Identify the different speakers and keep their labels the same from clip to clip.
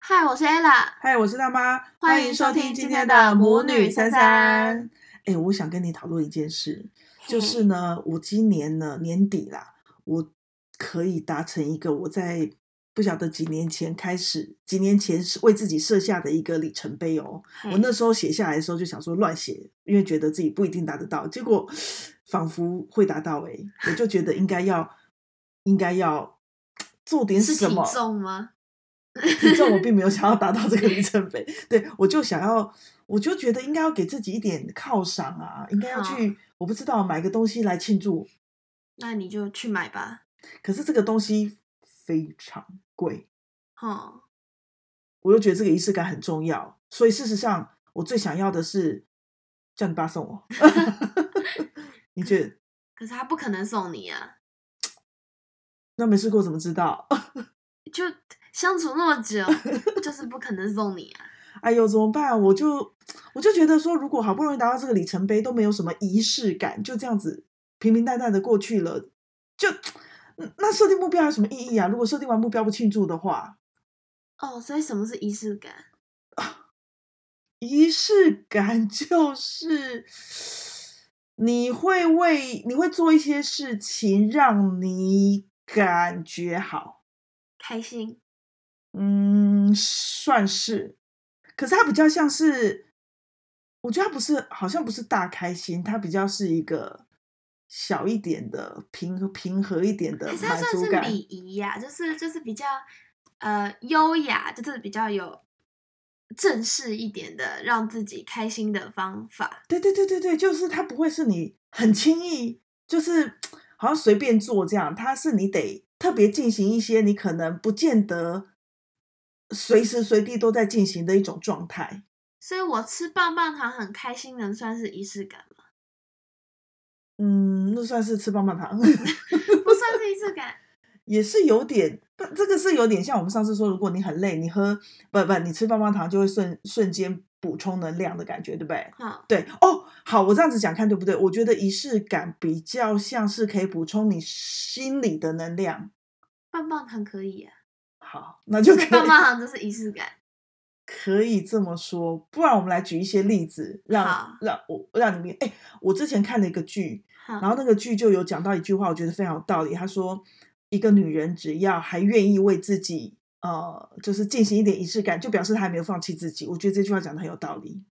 Speaker 1: 嗨，我是 Ella。
Speaker 2: 嗨，我是大妈，
Speaker 1: 欢
Speaker 2: 欢
Speaker 1: 迎
Speaker 2: 迎
Speaker 1: 收
Speaker 2: 收
Speaker 1: 听今
Speaker 2: 听今
Speaker 1: 天
Speaker 2: 天
Speaker 1: 的
Speaker 2: 的
Speaker 1: 母
Speaker 2: 母
Speaker 1: 女
Speaker 2: 女
Speaker 1: 三
Speaker 2: 三
Speaker 1: 三
Speaker 2: 三。哎，我想跟你讨论一件事，就是呢，我今年呢年底啦，我可以达成一个我在不晓得几年前开始，几年前是为自己设下的一个里程碑哦。
Speaker 1: 嘿
Speaker 2: 我那时候写下来的时候就想说乱写，因为觉得自己不一定达得到，结果仿佛会达到哎、我就觉得应该要应该要做点
Speaker 1: 是
Speaker 2: 什
Speaker 1: 体
Speaker 2: 么。
Speaker 1: 重吗？
Speaker 2: 体重我并没有想要达到这个里程碑， 对我就想要，我就觉得应该要给自己一点犒赏啊，应该要去，我不知道买个东西来庆祝，
Speaker 1: 那你就去买吧。
Speaker 2: 可是这个东西非常贵，
Speaker 1: 哦，
Speaker 2: 我就觉得这个仪式感很重要，所以事实上我最想要的是叫你爸送我， 你觉得？
Speaker 1: 可是他不可能送你啊！
Speaker 2: 那没试过怎么知道？
Speaker 1: 就相处那么 久，就是不可能送你啊！
Speaker 2: 哎呦，怎么办？我就我就觉得说，如果好不容易达到这个里程碑，都没有什么仪式感，就这样子平平淡淡的过去了，就嗯那设定目标有什么意义啊？如果设定完目标不庆祝的话，
Speaker 1: 哦，所以什么是仪式感？
Speaker 2: 仪式感 就是你会为你会做一些事情，让你感觉好，
Speaker 1: 开心
Speaker 2: 嗯，算是，可是它比较像是，我觉得它不是，好像不是大开心，它比较是一个小一点的平和平和一点的
Speaker 1: 可是它
Speaker 2: 呃满
Speaker 1: 算
Speaker 2: 足
Speaker 1: 是
Speaker 2: 感。
Speaker 1: 礼仪呀、就是就是比较呃优雅，就是比较有正式一点的让自己开心的方法。
Speaker 2: 对对对对对，就是它不会是你很轻易，就是好像随便做这样，它是你得特别进行一些你可能不见得随时随地都在进行的一种状态。
Speaker 1: 所以我吃棒棒糖很开心，能算是仪式感吗？
Speaker 2: 嗯，那算是吃棒棒糖。
Speaker 1: 不算是仪式感。
Speaker 2: 也是有点，不，这个是有点像我们上次说，如果你很累，你喝不不，你吃棒棒糖就会瞬瞬间补充能量的感觉，对不对？
Speaker 1: 好，
Speaker 2: 对哦，好，我这样子讲看对不对？我觉得仪式感比较像是可以补充你心理的能量。
Speaker 1: 棒棒糖可以啊，
Speaker 2: 好，那 就
Speaker 1: 就
Speaker 2: 可以
Speaker 1: 是棒棒糖就是仪式感。
Speaker 2: 可以这么说，不然我们来举一些例子，让
Speaker 1: 好
Speaker 2: 让我让你们哎，我之前看了一个剧，
Speaker 1: 好，
Speaker 2: 然后那个剧就有讲到一句话，我觉得非常有道理。他说，一个女人只要还愿意为自己，呃，就是进行一点仪式感，就表示她还没有放弃自己。我觉得这句话讲的很有道理。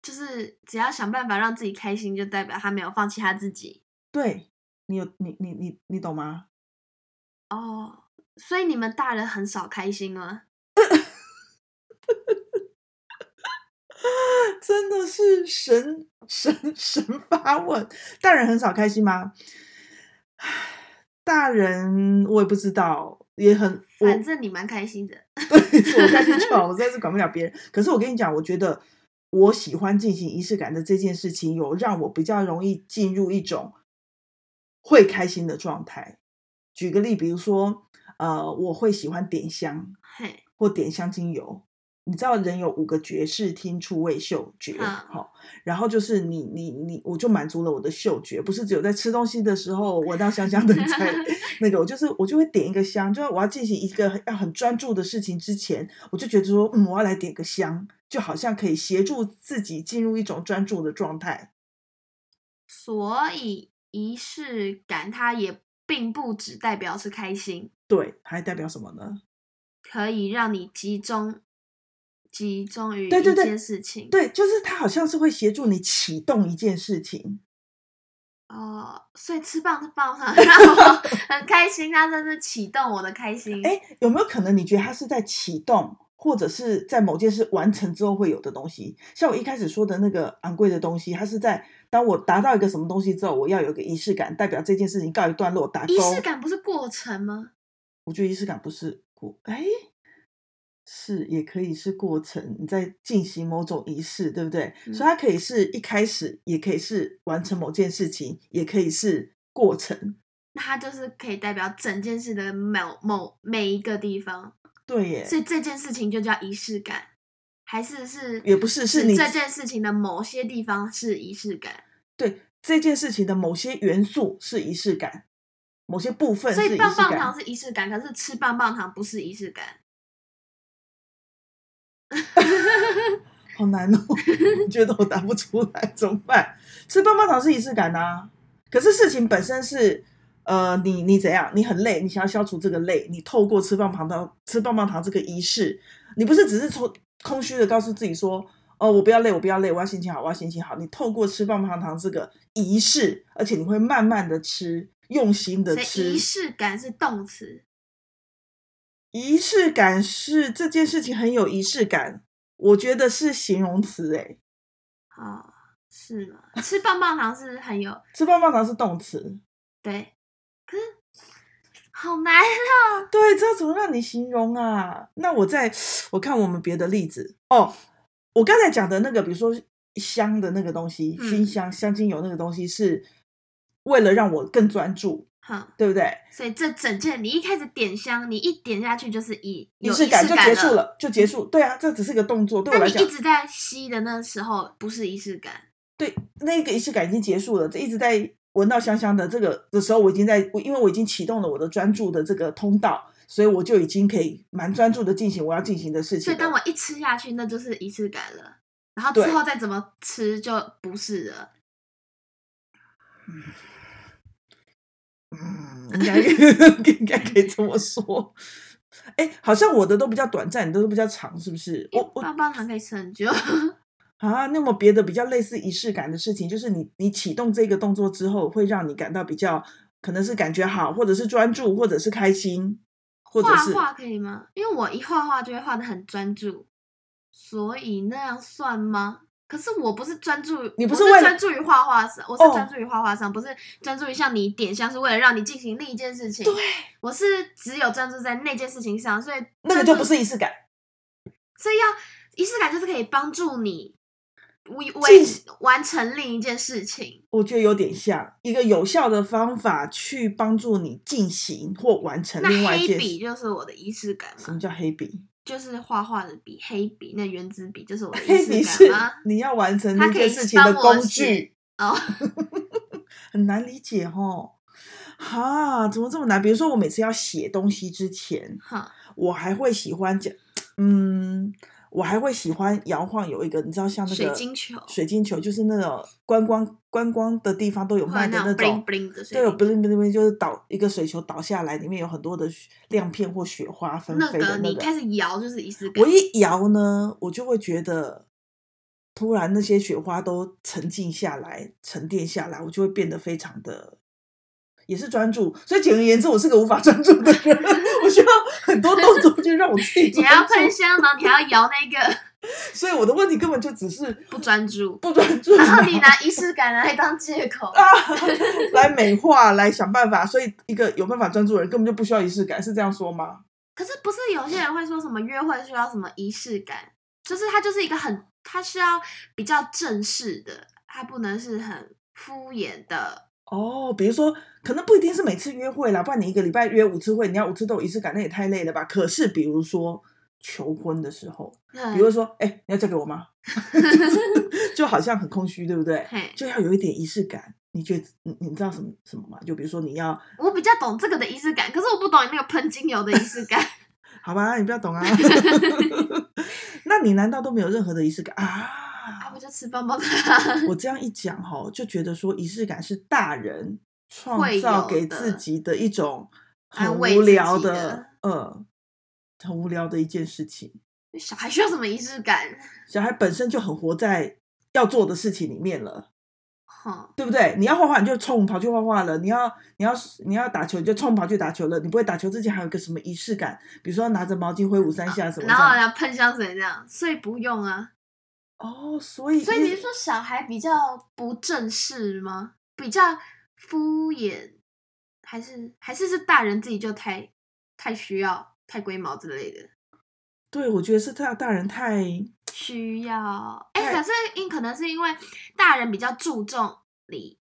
Speaker 1: 就是只要想办法让自己开心，就代表他没有放弃他自己。
Speaker 2: 对你有你你你你懂吗？
Speaker 1: 哦，所以你们大人很少开心吗？
Speaker 2: 真的是神神神发问，大人很少开心吗？ 唉大人我也不知道，也很我
Speaker 1: 反正你蛮开心的。
Speaker 2: 对，我开心就好，我实在是管不了别人。可是我跟你讲，我觉得我喜欢进行仪式感的这件事情，有让我比较容易进入一种会开心的状态。举个例，比如说，呃，我会喜欢点香
Speaker 1: 嘿，
Speaker 2: 或点香精油。你知道人有五个觉：视、听、触、味、嗅觉。
Speaker 1: 嗯
Speaker 2: 好、然后就是你、你、你，我就满足了我的嗅觉，不是只有在吃东西的时候闻到香香的才那个，我就是我就会点一个香，就是我要进行一个很要很专注的事情之前，我就觉得说，嗯，我要来点个香，就好像可以协助自己进入一种专注的状态。
Speaker 1: 所以仪式感它也并不只代表是开心，
Speaker 2: 对，还代表什么呢？
Speaker 1: 可以让你集中集中于
Speaker 2: 对
Speaker 1: 一
Speaker 2: 对对
Speaker 1: 件事情。
Speaker 2: 对，就是它好像是会协助你启动一件事情。
Speaker 1: 哦，所以吃棒棒糖让我 很开心，它真是启动我的开心。
Speaker 2: 哎，有没有可能你觉得它是在启动，或者是在某件事完成之后会有的东西？像我一开始说的那个昂贵的东西，它是在当我达到一个什么东西之后，我要有一个仪式感，代表这件事情告一段落，打勾。
Speaker 1: 仪式感不是过程吗？
Speaker 2: 我觉得仪式感不是过，哎，是也可以是过程，你在进行某种仪式，对不对？
Speaker 1: 嗯
Speaker 2: 所以它可以是一开始，也可以是完成某件事情，也可以是过程。
Speaker 1: 那它就是可以代表整件事的某某每一个地方，
Speaker 2: 对耶，
Speaker 1: 所以这件事情就叫仪式感，还是是
Speaker 2: 也不是是
Speaker 1: 指
Speaker 2: 你
Speaker 1: 这件事情的某些地方是仪式感，
Speaker 2: 对这件事情的某些元素是仪式感，某些部分
Speaker 1: 所
Speaker 2: 是仪
Speaker 1: 以
Speaker 2: 式
Speaker 1: 棒棒
Speaker 2: 感
Speaker 1: 糖。是仪式感，可是吃棒棒糖不是仪式感，
Speaker 2: 好难哦，我觉得我答不出来，怎么办？吃棒棒糖是仪式感啊，可是事情本身是，呃，你你怎样，你很累，你想要消除这个累，你透过吃棒棒糖吃棒棒糖这个仪式，你不是只是从空虚的告诉自己说，哦，我不要累，我不要累，我要心情好，我要心情好。你透过吃棒棒糖这个仪式，而且你会慢慢的吃，用心的
Speaker 1: 所以
Speaker 2: 吃
Speaker 1: 仪，式感是动词，
Speaker 2: 仪式感是这件事情很有仪式感，我觉得是形容词欸诶、
Speaker 1: 哦，是吗？吃棒棒糖是很有
Speaker 2: 吃棒棒糖是动词。
Speaker 1: 对，可是好难啊！
Speaker 2: 对，这要怎么让你形容啊？那我再我看我们别的例子哦。我刚才讲的那个，比如说香的那个东西，
Speaker 1: 嗯
Speaker 2: 熏香、香精油那个东西，是为了让我更专注，
Speaker 1: 哼，
Speaker 2: 对不对？
Speaker 1: 所以这整件你一开始点香，你一点下去就是一
Speaker 2: 仪
Speaker 1: 有
Speaker 2: 式
Speaker 1: 仪
Speaker 2: 感就结束
Speaker 1: 了。
Speaker 2: 了，就结束。对啊，这只是个动作，对我
Speaker 1: 那
Speaker 2: 来
Speaker 1: 你
Speaker 2: 讲
Speaker 1: 一，直在吸的那时候不是仪式感，
Speaker 2: 对那个仪式感已经结束了，这一直在闻到香香的这个的时候，我已经在，我因为我已经启动了我的专注的这个通道，所以我就已经可以蛮专注的进行我要进行的事情
Speaker 1: 所以
Speaker 2: 了。
Speaker 1: 当我一吃下去，那就是仪式感了。然后之
Speaker 2: 对
Speaker 1: 后再怎么吃就不是了。
Speaker 2: 嗯，应该 应该可以这么说。哎、好像我的都比较短暂，你的都比较长，是不是？
Speaker 1: 因为
Speaker 2: 我我
Speaker 1: 棒棒糖可以成就，
Speaker 2: 啊，那么别的比较类似仪式感的事情，就是你你启动这个动作之后，会让你感到比较可能是感觉好，或者是专注，或者是开心，或者
Speaker 1: 画
Speaker 2: 是
Speaker 1: 画可以吗？因为我一画画就会画的很专注，所以那样算吗？可是我不是专注于，
Speaker 2: 你不
Speaker 1: 我
Speaker 2: 是
Speaker 1: 是
Speaker 2: 为了
Speaker 1: 专注于画画上，我
Speaker 2: 哦
Speaker 1: 是专注于画画上，不是专注于像你点香是为了让你进行另一件事情。
Speaker 2: 对，
Speaker 1: 我是只有专注在那件事情上，所以
Speaker 2: 那个
Speaker 1: 专
Speaker 2: 就
Speaker 1: 注
Speaker 2: 不是仪式感。
Speaker 1: 所以要仪式感就是可以帮助你为
Speaker 2: 进
Speaker 1: 为完成另一件事情。
Speaker 2: 我觉得有点像一个有效的方法去帮助你进行或完成
Speaker 1: 那
Speaker 2: 呃另外一
Speaker 1: 黑
Speaker 2: 件
Speaker 1: 笔
Speaker 2: 事。
Speaker 1: 就是我的仪式感
Speaker 2: 什
Speaker 1: 嘛
Speaker 2: 么，叫黑笔？
Speaker 1: 就是画画的笔，黑笔那原子笔就是我 的
Speaker 2: 黑笔
Speaker 1: 仪
Speaker 2: 是
Speaker 1: 式感吗？
Speaker 2: 你要完成
Speaker 1: 它
Speaker 2: 那
Speaker 1: 可
Speaker 2: 件
Speaker 1: 以
Speaker 2: 事情的
Speaker 1: 帮我
Speaker 2: 工
Speaker 1: 写
Speaker 2: 具。
Speaker 1: 哦，
Speaker 2: 很难理解哦。哈，怎么这么难？比如说，我每次要写东西之前，
Speaker 1: 好，
Speaker 2: 我还会喜欢讲，嗯，我还会喜欢摇晃，有一个你知道像那个
Speaker 1: 水晶球
Speaker 2: 水晶球就是那种观光观光的地方都有
Speaker 1: 或者
Speaker 2: 卖的
Speaker 1: 那
Speaker 2: 那
Speaker 1: 种 bling
Speaker 2: 种，
Speaker 1: bling 的水
Speaker 2: 对，有
Speaker 1: 晶球
Speaker 2: bling bling bling，就是倒一个水球倒下来，里面有很多的亮片或雪花纷
Speaker 1: 那
Speaker 2: 飞的
Speaker 1: 个
Speaker 2: 那
Speaker 1: 你
Speaker 2: 个。
Speaker 1: 开始摇就是仪式感
Speaker 2: 我。一摇呢，我就会觉得，突然那些雪花都沉静下来、沉淀下来，我就会变得非常的，也是专注。所以简而言之，我是个无法专注的人，我需要很多动作去让我自己
Speaker 1: 你还要
Speaker 2: 专
Speaker 1: 喷
Speaker 2: 注。
Speaker 1: 香，然后你还要摇那个，
Speaker 2: 所以我的问题根本就只是
Speaker 1: 不专注。
Speaker 2: 不专注，
Speaker 1: 然后你拿仪式感来当借口，
Speaker 2: 啊 来美化、来想办法。所以一个有办法专注的人根本就不需要仪式感，是这样说吗？
Speaker 1: 可是不是有些人会说什么约会需要什么仪式感？就是它就是一个很，它需要比较正式的，它不能是很敷衍的。
Speaker 2: 哦，比如说，可能不一定是每次约会啦，不然你一个礼拜约五次会，你要五次都有仪式感，那也太累了吧？可是，比如说求婚的时候，比如
Speaker 1: 嗯，
Speaker 2: 说，哎、你要嫁给我吗？ 就好像很空虚，对不对？
Speaker 1: 嘿，
Speaker 2: 就要有一点仪式感。你觉得你你知道什么什么吗？就比如说你要，
Speaker 1: 我比较懂这个的仪式感，可是我不懂你那个喷精油的仪式感。
Speaker 2: 好吧，你不要懂啊。 那你难道都没有任何的仪式感啊
Speaker 1: 啊，？不就吃棒棒糖？
Speaker 2: 我这样一讲哈，就觉得说仪式感是大人创
Speaker 1: 会
Speaker 2: 造
Speaker 1: 有
Speaker 2: 给
Speaker 1: 的
Speaker 2: 自己的一种很
Speaker 1: 安慰
Speaker 2: 无
Speaker 1: 自
Speaker 2: 聊
Speaker 1: 己
Speaker 2: 的，
Speaker 1: 的
Speaker 2: 呃，很无聊的一件事情。
Speaker 1: 小孩需要什么仪式感？
Speaker 2: 小孩本身就很活在要做的事情里面了，
Speaker 1: 哼，
Speaker 2: 对不对？你要画画，你就冲跑去画画了；你要你要你要打球，你就冲跑去打球了。你不会打球之前还有一个什么仪式感，比如说拿着毛巾挥舞三下什么这
Speaker 1: 啊然后
Speaker 2: 样。
Speaker 1: 呢，喷香水这样，所以不用啊。
Speaker 2: 哦，所以
Speaker 1: 所以
Speaker 2: 意
Speaker 1: 你
Speaker 2: 思
Speaker 1: 是说小孩比较不正式吗？比较敷衍，还是还是是大人自己就太太需要太龟毛之类的？
Speaker 2: 对，我觉得是大大人太
Speaker 1: 需要哎、
Speaker 2: 太
Speaker 1: 可是因可能是因为大人比较注重礼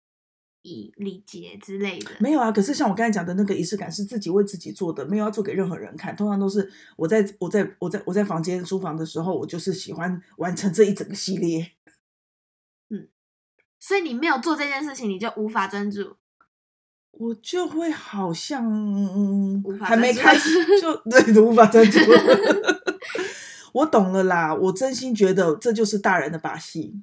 Speaker 1: 礼礼节之类的，
Speaker 2: 没有啊，可是像我刚才讲的那个仪式感是自己为自己做的，没有要做给任何人看。通常都是我在我在我在我在房间书房的时候，我就是喜欢完成这一整个系列。
Speaker 1: 所以你没有做这件事情，你就无法专注。
Speaker 2: 我就会好像嗯
Speaker 1: 无法
Speaker 2: 还 没
Speaker 1: 专注
Speaker 2: 开始就对无法专注。 我懂了啦，我真心觉得这就是大人的把戏，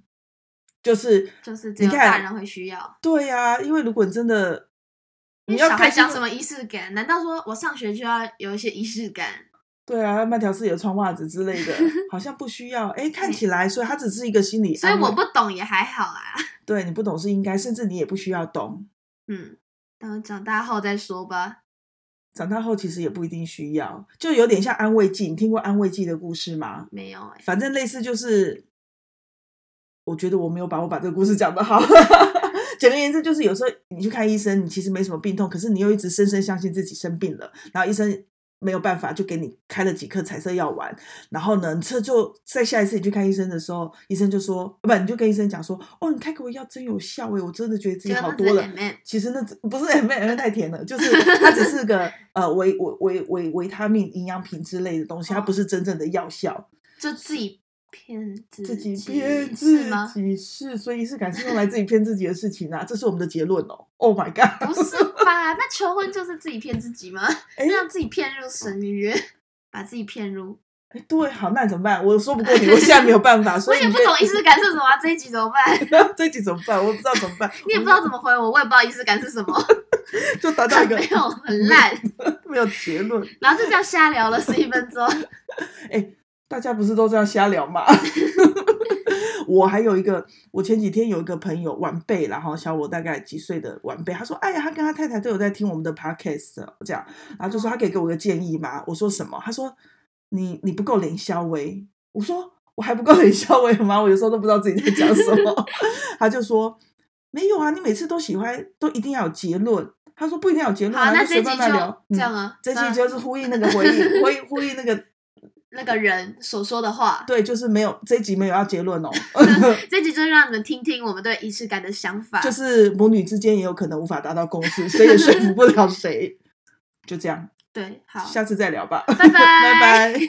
Speaker 2: 就是
Speaker 1: 就是只有
Speaker 2: 你看
Speaker 1: 大人会需要。
Speaker 2: 对呀、因为如果你真的你
Speaker 1: 因为
Speaker 2: 要
Speaker 1: 小孩
Speaker 2: 开心
Speaker 1: 讲什么仪式感？难道说我上学就要有一些仪式感？
Speaker 2: 对啊，慢条斯理的穿袜子之类的，好像不需要。哎，看起来，所以它只是一个心理
Speaker 1: 所以
Speaker 2: 安慰。
Speaker 1: 我不懂也还好啦。
Speaker 2: 对你不懂是应该，甚至你也不需要懂。
Speaker 1: 嗯，等长大后再说吧。
Speaker 2: 长大后其实也不一定需要，就有点像安慰剂。你听过安慰剂的故事吗？
Speaker 1: 没有哎、
Speaker 2: 反正类似就是，我觉得我没有把我把这个故事讲得好。 简而言之，就是有时候你去看医生，你其实没什么病痛，可是你又一直深深相信自己生病了，然后医生没有办法，就给你开了几颗彩色药丸。然后呢，这就在下一次你去看医生的时候，医生就说，不，你就跟医生讲说，哦，你开给我药真有效欸诶，我真的觉得自己
Speaker 1: 就
Speaker 2: 好
Speaker 1: 那只
Speaker 2: 多了。
Speaker 1: M M，
Speaker 2: 其实那只不是 M M 太甜了，就是它只是个呃维维维维维他命营养品之类的东西，它不是真正的药效。
Speaker 1: 就自己骗自
Speaker 2: 自己
Speaker 1: 己
Speaker 2: 骗自
Speaker 1: 是吗？
Speaker 2: 己是，所以仪式感是用来自己骗自己的事情啊，这是我们的结论哦。Oh my god！
Speaker 1: 不是吧？那求婚就是自己骗自己吗？
Speaker 2: 哎
Speaker 1: 让自己骗入神约，把自己骗入。
Speaker 2: 哎，对，好，那你怎么办？我说不过你，我现在没有办法，所
Speaker 1: 我
Speaker 2: 以
Speaker 1: 也
Speaker 2: 你
Speaker 1: 不
Speaker 2: 就
Speaker 1: 懂仪式感是什么、啊，这一集怎么办？
Speaker 2: 这集怎么办？我不知道怎么办，
Speaker 1: 你也不知道怎么回我，我也不知道仪式感是什么，
Speaker 2: 我就达到一个
Speaker 1: 没有很烂，
Speaker 2: 没有结论。
Speaker 1: 然后就这样瞎聊了十一分 钟。
Speaker 2: 大家不是都这样瞎聊吗？ 我还有一个，我前几天有一个朋友晚辈啦，然后小我大概几岁的晚辈，他说：“哎呀，他跟他太太都有在听我们的 podcast 哦这样。”然后就说：“他可以给我个建议吗？”我说：“什么？”他说：“你你不够脸消微。”我说：“我还不够脸消微吗？我有时候都不知道自己在讲什 么。”他就说：“没有啊，你每次都喜欢，都一定要有结论。”他说：“不一定要有结论、
Speaker 1: 好，
Speaker 2: 啊，
Speaker 1: 那
Speaker 2: 就
Speaker 1: 这一
Speaker 2: 随
Speaker 1: 集
Speaker 2: 便乱聊
Speaker 1: 就。这
Speaker 2: 嗯
Speaker 1: 样啊，
Speaker 2: 这
Speaker 1: 那
Speaker 2: 期就是呼应那个 回应，呼应呼应那个
Speaker 1: 那个人所说的话。
Speaker 2: 对，就是没有这一集没有要结论哦，
Speaker 1: 这集就是让你们听听我们对仪式感的想法。
Speaker 2: 就是母女之间也有可能无法达到共识，谁也说服不了谁，就这样，
Speaker 1: 对，好，
Speaker 2: 下次再聊 吧，
Speaker 1: 拜拜，
Speaker 2: 拜拜。